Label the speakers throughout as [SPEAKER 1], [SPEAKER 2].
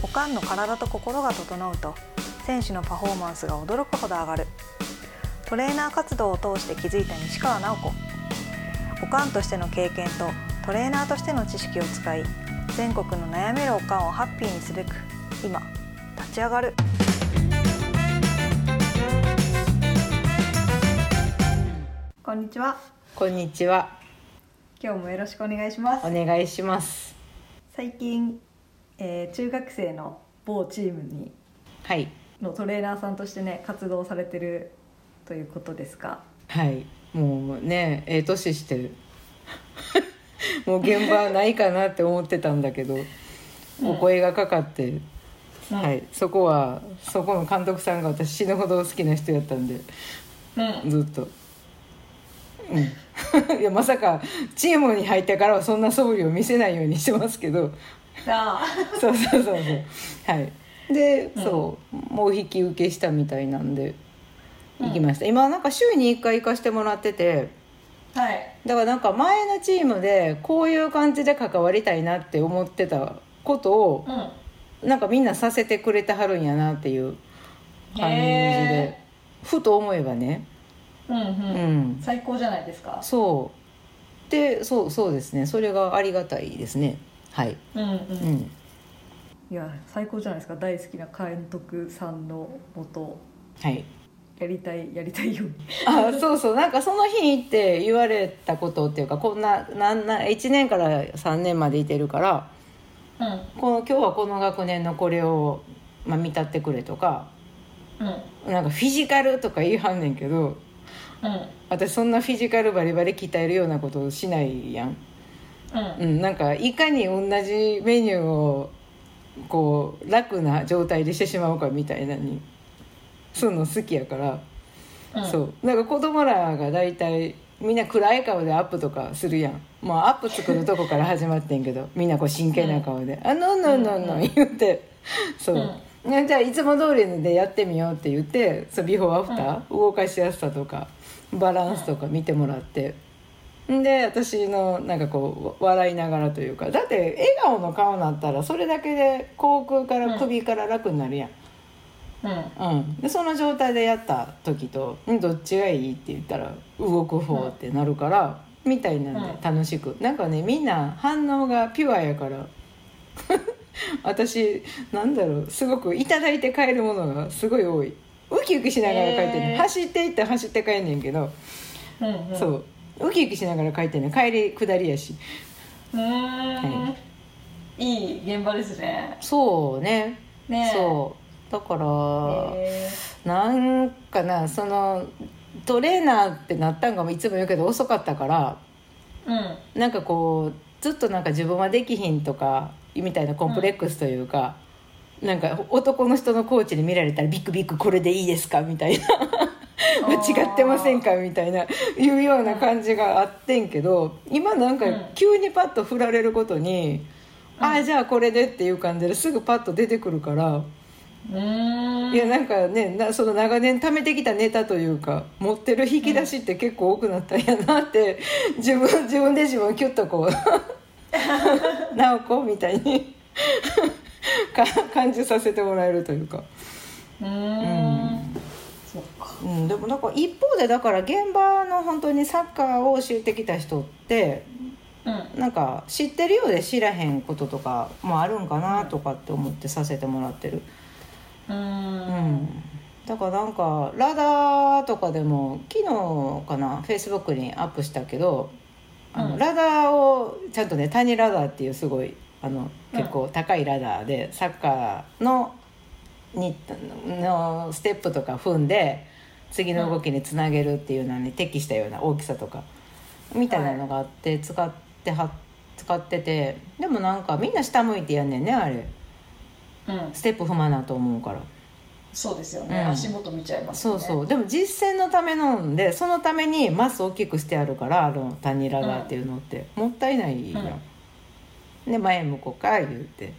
[SPEAKER 1] 股間の体と心が整うと選手のパフォーマンスが驚くほど上がるトレーナー活動を通して気づいた西川直子おかんとしての経験とトレーナーとしての知識を使い全国の悩めるおかんをハッピーにすべく今立ち上がるこんにちは
[SPEAKER 2] こんにちは。
[SPEAKER 1] 今日もよろしくお願いします
[SPEAKER 2] お願いします。
[SPEAKER 1] 最近、えー中学生の某チームに
[SPEAKER 2] はい。
[SPEAKER 1] のトレーナーさんとしてね活動されてるということですが
[SPEAKER 2] はい。もうね、ええ年してる。 もう現場ないかなって思ってたんだけど、お声がかかって、
[SPEAKER 3] うん
[SPEAKER 2] はい。そこは、そこの監督さんが私死ぬほど好きな人やったんで、
[SPEAKER 3] うん、
[SPEAKER 2] ずっと。うん。い や、まさか、チームに入ってからはそんな素振りを見せないようにしてますけど、
[SPEAKER 3] あ
[SPEAKER 2] そうそうそうそう。はい。で、そう、もう引き受けしたみたいなんで。
[SPEAKER 3] うん
[SPEAKER 2] 行きました。今はなんか週に1回行かしてもらってて。
[SPEAKER 3] あはい
[SPEAKER 2] だからなんか前のチームでこういう感じで関わりたいなって思ってたことを
[SPEAKER 3] うん
[SPEAKER 2] なんかみんなさせてくれてはるんやなっていう感じで
[SPEAKER 3] へ
[SPEAKER 2] ふと思えばね
[SPEAKER 3] うん
[SPEAKER 2] う
[SPEAKER 3] うん、
[SPEAKER 2] ん
[SPEAKER 3] 最高じゃないですか
[SPEAKER 2] そうでそうそうですねそれがありがたいですねはい、
[SPEAKER 3] うんう
[SPEAKER 2] うんん、
[SPEAKER 1] いや最高じゃないですか大好きな監督さんのもと
[SPEAKER 2] はい
[SPEAKER 1] やりたいやりたいように
[SPEAKER 2] あそうそうなんかその日にって言われたことっていうかこんななんな1年から3年までいてるから
[SPEAKER 3] うん
[SPEAKER 2] この今日はこの学年のこれを、まあ、見立ってくれとか
[SPEAKER 3] うん
[SPEAKER 2] なんかフィジカルとか言いはんねんけど
[SPEAKER 3] うん
[SPEAKER 2] 私そんなフィジカルバリバリ鍛えるようなことしないやん、
[SPEAKER 3] うん
[SPEAKER 2] うん、なんかいかに同じメニューをこう楽な状態でしてしまうかみたいなにそういうの好きやから、
[SPEAKER 3] うん
[SPEAKER 2] そうなんか子供らが大体みんな暗い顔でアップとかするやんもうアップ作るとこから始まってんけ どみんなこう真剣な顔で「あのんのんのんのん」言ってそう、ねじゃあいつも通りのでやってみようって言ってそうビフォーアフター、動かしやすさとかバランスとか見てもらって。んで私のなんかこう笑いながらというかだって笑顔の顔になったらそれだけで口腔から首から楽になるやん、
[SPEAKER 3] うん
[SPEAKER 2] うん、でその状態でやった時と「んどっちがいい?」って言ったら動く方ってなるから、みたいなん
[SPEAKER 3] う
[SPEAKER 2] で
[SPEAKER 3] ん
[SPEAKER 2] 楽しくなんかねみんな反応がピュアやから 私なんだろうすごく頂いただいて帰るものがすごい多いウキウキしながら帰ってね、
[SPEAKER 3] へー
[SPEAKER 2] 走っていって走って帰んねんけど、
[SPEAKER 3] うんうん
[SPEAKER 2] そうウキウキしながら帰ってね帰り下りやし
[SPEAKER 3] うーんいい現場ですね
[SPEAKER 2] そうね
[SPEAKER 3] ねえ
[SPEAKER 2] そうだから、
[SPEAKER 3] へ
[SPEAKER 2] なんかなそのトレーナーってなったんがいつも言うけど遅かったから
[SPEAKER 3] えうん
[SPEAKER 2] なんかこうずっとなんか自分はできひんとかみたいなコンプレックスというか、なんか男の人のコーチに見られたらビクビクこれでいいですかみたいな
[SPEAKER 3] あー
[SPEAKER 2] 違ってませんかみたいないうような感じがあってんけど今なんか
[SPEAKER 3] うん
[SPEAKER 2] 急にパッと振られることに、
[SPEAKER 3] うん
[SPEAKER 2] ああじゃあこれでっていう感じですぐパッと出てくるから。
[SPEAKER 3] うーん
[SPEAKER 2] いやなんかねなその長年貯めてきたネタというか持ってる引き出しって結構多くなったんやなって、自分自分で自分をキュッとこ う直子みたいにか感じさせてもらえるというか、
[SPEAKER 3] うーんそっか
[SPEAKER 2] うん、でもなんか一方でだから現場の本当にサッカーを教えてきた人って
[SPEAKER 3] うん
[SPEAKER 2] なんか知ってるようで知らへんこととかもあるんかなとかって思ってさせてもらってる。
[SPEAKER 3] う
[SPEAKER 2] う
[SPEAKER 3] ーん
[SPEAKER 2] んだからなんかラダーとかでも昨日かなフェイスブックにアップしたけどあの、
[SPEAKER 3] うん
[SPEAKER 2] ラダーをちゃんとね谷ラダーっていうすごいあの結構高いラダーで、サッカーのにのステップとか踏んで次の動きにつなげるっていうのに適したような大きさとかみたいなのがあって使っては使っててでもなんかみんな下向いてやんねんねあれ
[SPEAKER 3] うん
[SPEAKER 2] ステップ踏まなと思うから。
[SPEAKER 3] そうですよね
[SPEAKER 2] うん
[SPEAKER 3] 足元見ちゃいますよ
[SPEAKER 2] そ
[SPEAKER 3] ね
[SPEAKER 2] うそうでも実践のためなんでそのためにマス大きくしてあるからあのタニラガーっていうのって、もったいないやん、で前向こうか言うて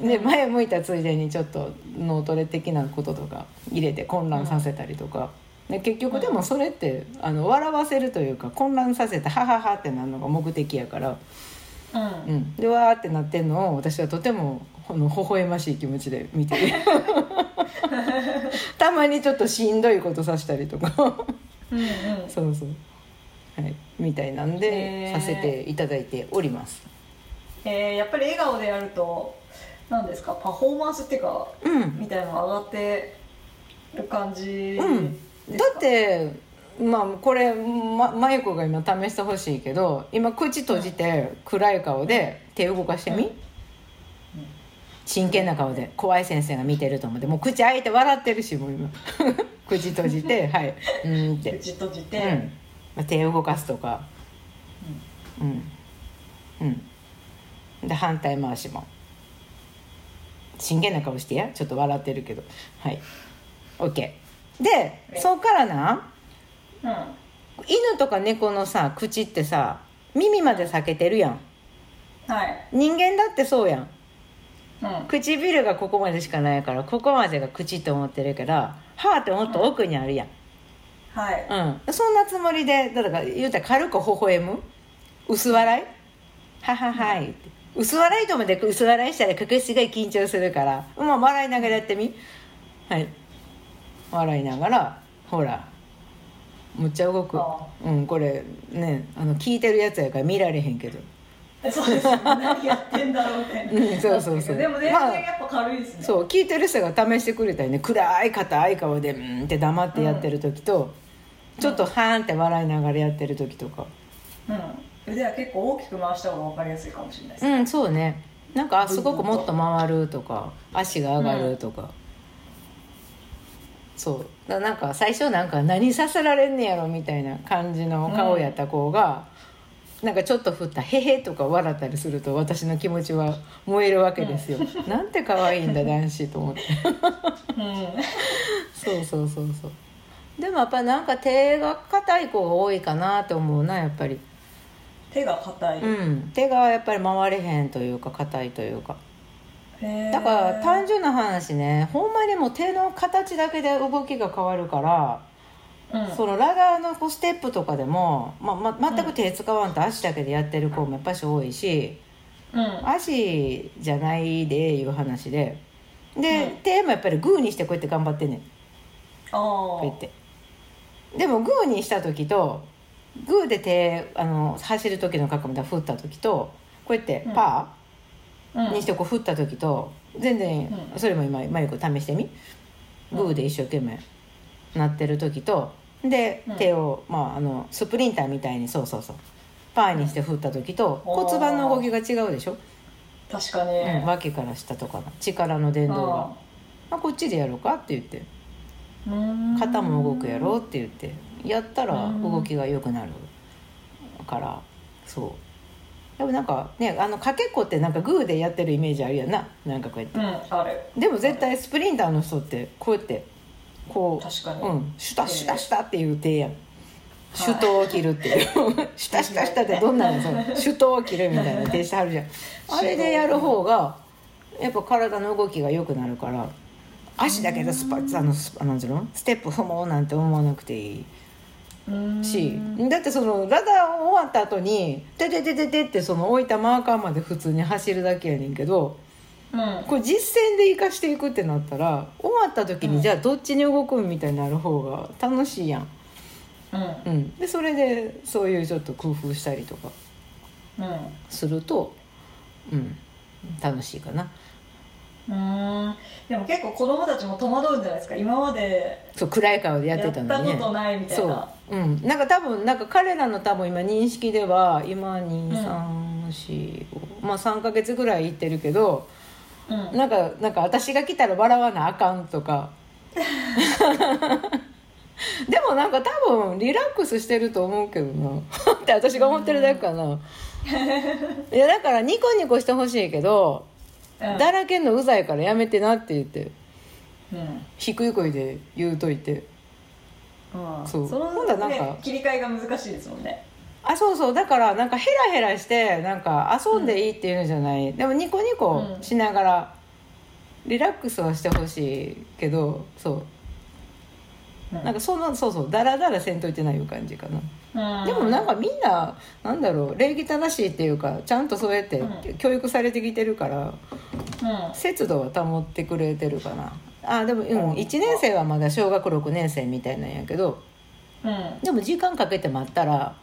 [SPEAKER 2] で
[SPEAKER 3] うん
[SPEAKER 2] 前向いたついでにちょっと脳トレ的なこととか入れて混乱させたりとか、で結局でもそれってあの笑わせるというか混乱させてハハハってなるのが目的やから、
[SPEAKER 3] う
[SPEAKER 2] うんん、でわーってなってんのを私はとてもこの微笑ましい気持ちで見てるたまにちょっとしんどいことさしたりとか
[SPEAKER 3] うんうん
[SPEAKER 2] そうそうはいみたいなん
[SPEAKER 3] へ
[SPEAKER 2] で
[SPEAKER 3] ー
[SPEAKER 2] させていただいております
[SPEAKER 3] えー、やっぱり笑顔でやると何ですかパフォーマンスっていうか
[SPEAKER 2] うん
[SPEAKER 3] みたいなのが上がってる感じ、
[SPEAKER 2] うん、だってまあこれままゆこが今試してほしいけど今口閉じて暗い顔で手動かしてみ、
[SPEAKER 3] うん
[SPEAKER 2] 真剣な顔で怖い先生が見てると思ってもう口開いて笑ってるしもう今 口閉じてはいうーんって、
[SPEAKER 3] 口閉じ
[SPEAKER 2] う
[SPEAKER 3] て、
[SPEAKER 2] んまあ、手動かすとかうんうんで反対回しも真剣な顔してやちょっと笑ってるけどはい OK でそっからな
[SPEAKER 3] うん
[SPEAKER 2] 犬とか猫のさ口ってさ耳まで裂けてるやん
[SPEAKER 3] はい、
[SPEAKER 2] 人間だってそうやん
[SPEAKER 3] うん、
[SPEAKER 2] 唇がここまでしかないからここまでが口って思ってるから歯ってもっと奥にあるやん、
[SPEAKER 3] はい
[SPEAKER 2] うん、そんなつもりでだから言うたら軽く微笑む薄笑いはははいって薄笑いと思って薄笑いしたらかくすごい緊張するからもう笑いながらやってみはい笑いながらほらむっちゃ動く
[SPEAKER 3] あ
[SPEAKER 2] うんこれねあの聞いてるやつやから見られへんけど
[SPEAKER 3] えそうですね何やってんだろうみたいな、
[SPEAKER 2] うんそうそうそう
[SPEAKER 3] でも全然
[SPEAKER 2] まあ
[SPEAKER 3] やっぱ軽いですね、
[SPEAKER 2] そう聞いてる人が試してくれたりね暗い硬い顔でうーんって黙ってやってる時と、ちょっとはーんって笑いながらやってる時とか
[SPEAKER 3] うん、腕は結構大きく回した方が分かりやすいかもしれないです、
[SPEAKER 2] うんそうねなんかあすごくもっと回るとか足が上がるとか、そうだなんか最初なんか何させられんねやろみたいな感じの顔やった子が、なんかちょっと振った「へへ」とか笑ったりすると私の気持ちは燃えるわけです よ、なんて可愛いんだ男子と思って
[SPEAKER 3] うん
[SPEAKER 2] そうそうそうそうでもやっぱなんか手が硬い子が多いかなと思うなやっぱり
[SPEAKER 3] 手が硬い、
[SPEAKER 2] うん手がやっぱり回れへんというか硬いというか
[SPEAKER 3] へー
[SPEAKER 2] だから単純な話ねほんまにもう手の形だけで動きが変わるから、
[SPEAKER 3] うん、
[SPEAKER 2] そのラダーのこうステップとかでも、まあま、全く手使わんと足だけでやってる子もやっぱし多いし
[SPEAKER 3] うん
[SPEAKER 2] 足じゃないでいう話でで、
[SPEAKER 3] うん
[SPEAKER 2] 手もやっぱりグーにしてこうやって頑張ってんねん
[SPEAKER 3] あ
[SPEAKER 2] こうやってでもグーにした時とグーで手あの走る時の角度振った時とこうやって
[SPEAKER 3] うん
[SPEAKER 2] パ
[SPEAKER 3] あ
[SPEAKER 2] ーにしてこう振った時と全然
[SPEAKER 3] う
[SPEAKER 2] それも今マリコ試してみ
[SPEAKER 3] うん
[SPEAKER 2] グーで一生懸命なってる時とで
[SPEAKER 3] うん
[SPEAKER 2] 手を、まあ、あのスプリンターみたいにそうそうそうパーにして振った時と骨盤の動きが違うでしょ、
[SPEAKER 3] 確かに、
[SPEAKER 2] うん、脇から下とかの力の伝導がまあ、こっちでやろうかって言って
[SPEAKER 3] うん
[SPEAKER 2] 肩も動くやろって言ってやったら
[SPEAKER 3] うん
[SPEAKER 2] 動きが良くなるからそうでもなんかねあのかけっこってなんかグーでやってるイメージあるやんななんかこうやっ
[SPEAKER 3] う
[SPEAKER 2] て
[SPEAKER 3] んある
[SPEAKER 2] でも絶対スプリンターの人ってこうやってこう
[SPEAKER 3] 確かに、
[SPEAKER 2] うんシュタシュタシュタっていう手やん手刀を切るっていう シュタシュタシュタってどんなのその 手刀を切るみたいな手してはる じゃんあれでやる方がやっぱ体の動きが良くなるから足だけでスパッあのスパなんていうのステップ踏もうなんて思わなくていい
[SPEAKER 3] うん
[SPEAKER 2] しだってそのラダー終わった後に「ててててて」ってその置いたマーカーまで普通に走るだけやねんけど
[SPEAKER 3] うん
[SPEAKER 2] これ実践で活かしていくってなったら終わった時
[SPEAKER 3] う
[SPEAKER 2] に
[SPEAKER 3] ん
[SPEAKER 2] じゃあどっちに動くんみたいになる方が楽しいやん。
[SPEAKER 3] うん
[SPEAKER 2] うん、でそれでそういうちょっと工夫したりとか
[SPEAKER 3] うん
[SPEAKER 2] すると、うん、楽しいかな
[SPEAKER 3] うーんでも結構子供たちも戸惑うんじゃないですか今まで
[SPEAKER 2] そう暗い顔でやっ
[SPEAKER 3] や
[SPEAKER 2] て
[SPEAKER 3] ったた
[SPEAKER 2] のに
[SPEAKER 3] こ
[SPEAKER 2] ね
[SPEAKER 3] とないみたい
[SPEAKER 2] そう
[SPEAKER 3] な、
[SPEAKER 2] うん、なんか多分なんか彼らの多分今認識では今2345、まあ3ヶ月ぐらい行ってるけど
[SPEAKER 3] うん
[SPEAKER 2] なんかなんか私が来たら笑わなあかんとかでもなんか多分リラックスしてると思うけどな って私が思ってるだけかな、いやだからニコニコしてほしいけ
[SPEAKER 3] う
[SPEAKER 2] ど、
[SPEAKER 3] ん
[SPEAKER 2] だらけんのうざいからやめてなって言って
[SPEAKER 3] うん
[SPEAKER 2] 低い声で言うといて
[SPEAKER 3] うん
[SPEAKER 2] そう
[SPEAKER 3] その、
[SPEAKER 2] 今度はなんか
[SPEAKER 3] ね切り替えが難しいですもんね
[SPEAKER 2] あそうそうだからなんかヘラヘラしてなんか遊んでいいっていうんじゃない、でもニコニコしながらリラックスはしてほしいけどそう
[SPEAKER 3] うん
[SPEAKER 2] なんかそのそうそうダラダラせんといてないいう感じかな
[SPEAKER 3] うん
[SPEAKER 2] でもなんかみんななんだろう礼儀正しいっていうかちゃんとそうやって
[SPEAKER 3] う
[SPEAKER 2] 教育されてきてるから
[SPEAKER 3] うん
[SPEAKER 2] 節度は保ってくれてるかなあでも、うん、1年生はまだ小学6年生みたいなんやけど
[SPEAKER 3] うん
[SPEAKER 2] でも時間かけて待ったら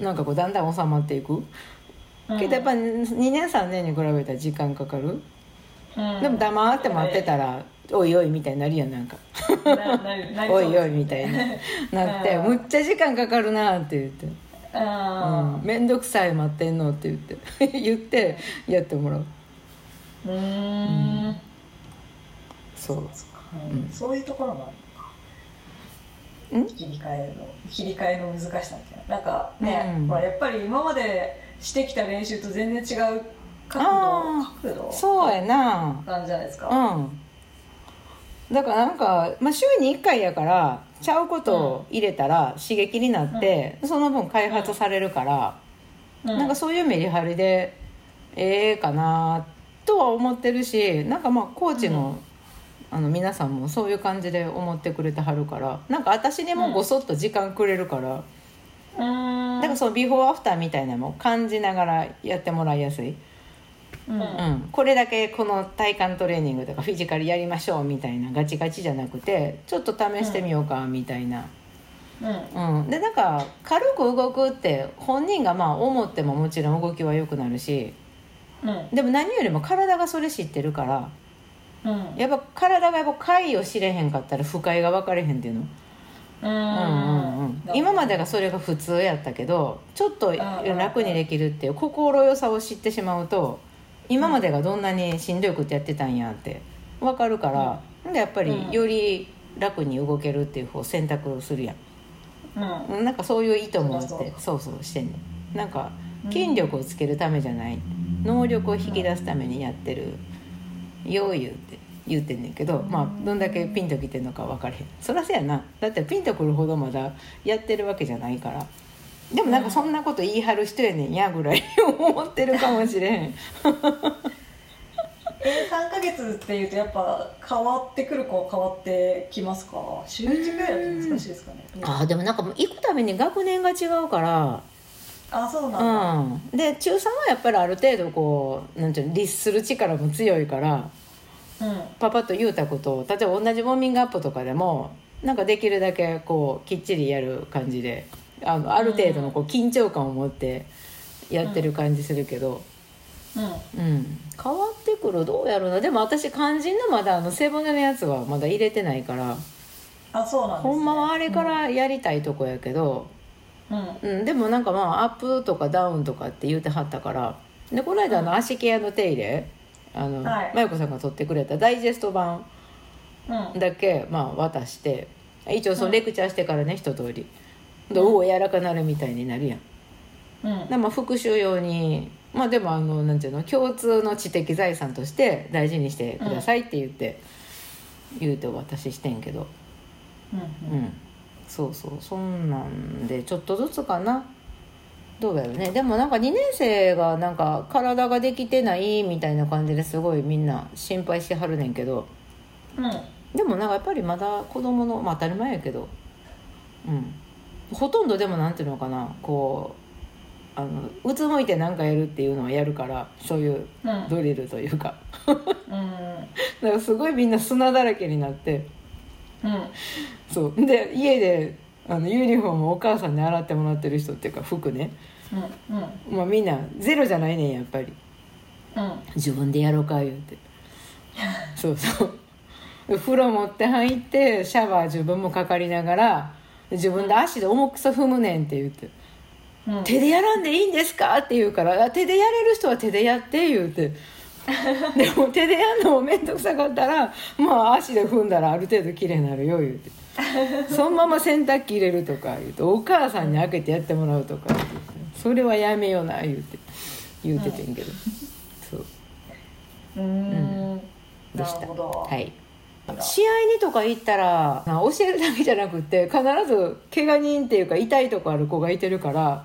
[SPEAKER 2] なんかこうだんだん収まっていく
[SPEAKER 3] うん
[SPEAKER 2] けどやっぱ2年3年に比べたら時間かかる
[SPEAKER 3] うん
[SPEAKER 2] でも黙って待ってたら「おいおい」みたいになるやんなんか
[SPEAKER 3] ななるな
[SPEAKER 2] 「
[SPEAKER 3] りそ
[SPEAKER 2] お
[SPEAKER 3] う
[SPEAKER 2] いおい」みたい ななって「
[SPEAKER 3] うん
[SPEAKER 2] むっちゃ時間かかるな」って言って「
[SPEAKER 3] あ
[SPEAKER 2] うん面倒、くさい待ってんの」って言って 言ってやってもらう
[SPEAKER 3] ーうーん
[SPEAKER 2] そう
[SPEAKER 3] うんそういうところもある
[SPEAKER 2] ん
[SPEAKER 3] のか切り替えの切り替えの難しさみたいななんかね、
[SPEAKER 2] うん
[SPEAKER 3] ほらやっぱり今までしてきた練習と全然違う角度
[SPEAKER 2] あ
[SPEAKER 3] 角度
[SPEAKER 2] そうやな
[SPEAKER 3] なんじゃないですか、
[SPEAKER 2] うんだからなんか、まあ、週に1回やからちゃうことを入れたら刺激になって、その分開発されるから、
[SPEAKER 3] う
[SPEAKER 2] なんかそういうメリハリでええかなとは思ってるしなんかまあコーチの,、あの皆さんもそういう感じで思ってくれてはるからなんか私にもごそっと時間くれるから、
[SPEAKER 3] うーん
[SPEAKER 2] なんかそのビフォーアフターみたいなのも感じながらやってもらいやすい、
[SPEAKER 3] うんうん
[SPEAKER 2] うん、これだけこの体幹トレーニングとかフィジカルやりましょうみたいなガチガチじゃなくてちょっと試してみようかみたいな。うん、でなんか軽く動くって本人がまあ思ってももちろん動きは良くなるし
[SPEAKER 3] うん
[SPEAKER 2] でも何よりも体がそれ知ってるから
[SPEAKER 3] うん
[SPEAKER 2] やっぱ体がやっぱ快を知れへんかったら不快が分かれへんっていうの、
[SPEAKER 3] う
[SPEAKER 2] うんうんうん
[SPEAKER 3] んうん
[SPEAKER 2] 今までがそれが普通やったけどちょっと楽にできるっていう心よさを知ってしまうと今までがどんなにしんどいことやってたんやって分かるから、でやっぱりより楽に動けるっていう方を選択するやん
[SPEAKER 3] うん
[SPEAKER 2] なんかそういう意図もあって
[SPEAKER 3] そうそう
[SPEAKER 2] そうそうしてんねんなんか
[SPEAKER 3] うん
[SPEAKER 2] 筋力をつけるためじゃない能力を引き出すためにやってるよう言うて言うてんねんけどまあどんだけピンときてんのか分からへんそらせやなだってピンとくるほどまだやってるわけじゃないからでもなんかそんなこと言い張る人やねんやぐらい思ってるかもしれへん
[SPEAKER 3] えー、3ヶ月っていうとやっぱ変わってくる子は変わってきますか週1ぐらいだと難しいですかね
[SPEAKER 2] あーでもなんかもう行くために学年が違うから
[SPEAKER 3] あそうなんだ
[SPEAKER 2] うんで中3はやっぱりある程度こうなんていうの律する力も強いから
[SPEAKER 3] うん
[SPEAKER 2] パパッと言うたことを例えば同じウォーミングアップとかでもなんかできるだけこうきっちりやる感じであのある程度のこう緊張感を持ってやってる感じするけど、
[SPEAKER 3] うん
[SPEAKER 2] うん変わってくるどうやろうなでも私肝心のまだあの背骨のやつはまだ入れてないから
[SPEAKER 3] あそうなんです、ね、
[SPEAKER 2] ほんまはあれからやりたいとこやけど、
[SPEAKER 3] うんうん
[SPEAKER 2] うん、でもなんかまあアップとかダウンとかって言うてはったからでこの間あの足ケアの手入れあの、
[SPEAKER 3] はい
[SPEAKER 2] まゆこさんが取ってくれたダイジェスト版
[SPEAKER 3] うん
[SPEAKER 2] だけ、まあ、渡して一応そのレクチャーしてからね、一通りでおお柔らかなるみたいになるやん
[SPEAKER 3] うん
[SPEAKER 2] でまあ復習用にまあでもあのなんていうの共通の知的財産として大事にしてくださいって言って、言うてお渡ししてんけどうんそうそうそんなんでちょっとずつかなどうやろうねでもなんか2年生がなんか体ができてないみたいな感じですごいみんな心配しはるねんけど
[SPEAKER 3] うんうん
[SPEAKER 2] でもなんかやっぱりまだ子供のまあ当たり前やけどうんほとんどでもなんていうのかなこうあのうつむいてなんかやるっていうのはやるからそういう
[SPEAKER 3] うん
[SPEAKER 2] ドリルというか
[SPEAKER 3] うん
[SPEAKER 2] だからすごいみんな砂だらけになって
[SPEAKER 3] うん
[SPEAKER 2] そうで家であのユニフォームをお母さんに洗ってもらってる人っていうか服ね、
[SPEAKER 3] うんうん
[SPEAKER 2] まあ、みんなゼロじゃないねんやっぱり
[SPEAKER 3] うん
[SPEAKER 2] 自分でやろうか言うてそうそうで風呂持って入ってシャワー自分もかかりながら自分で足で重くそ踏むねんって言って
[SPEAKER 3] うん
[SPEAKER 2] 「手でやらんでいいんですか?」って言うからあ「手でやれる人は手でやって」言う てでも手でやんのも面倒くさかったらまあ足で踏んだらある程度綺麗になるよ言う てそのまま洗濯機入れるとか言うてお母さんに開けてやってもらうとか言うてそれはやめような言うて言うててん けど、そう
[SPEAKER 3] うーん
[SPEAKER 2] で
[SPEAKER 3] な
[SPEAKER 2] した
[SPEAKER 3] るほど、
[SPEAKER 2] はい試合にとか行ったらあ教えるだけじゃなくて必ず怪我人っていうか痛いとこある子がいてるから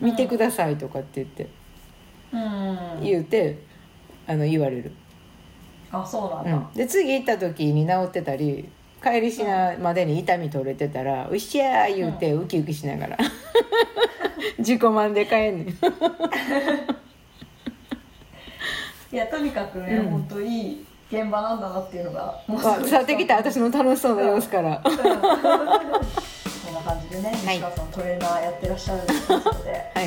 [SPEAKER 2] 見てくださいとかって言って、
[SPEAKER 3] うん
[SPEAKER 2] 言うてあの言われる、
[SPEAKER 3] あそうなん
[SPEAKER 2] う
[SPEAKER 3] だ
[SPEAKER 2] ん、で次行った時に治ってたり帰りしなまでに痛み取れてたら「うっしゃー」言うてウキウキしながら 自己満で帰んねん
[SPEAKER 3] いやとにかくね、
[SPEAKER 2] うん
[SPEAKER 3] 本当いい現場なんだなっていうのがもうす
[SPEAKER 2] わ
[SPEAKER 3] ごい
[SPEAKER 2] 伝わってきた私の楽しそうな様子から
[SPEAKER 3] うんこんな感じでね西川さん、トレーナーやってらっしゃるということで
[SPEAKER 2] はい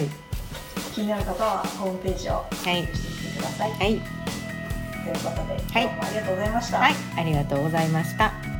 [SPEAKER 3] 気になる方はホームページをチェックしてみてください、
[SPEAKER 2] はい
[SPEAKER 3] ということで今日もありがとうございました、
[SPEAKER 2] はいありがとうございました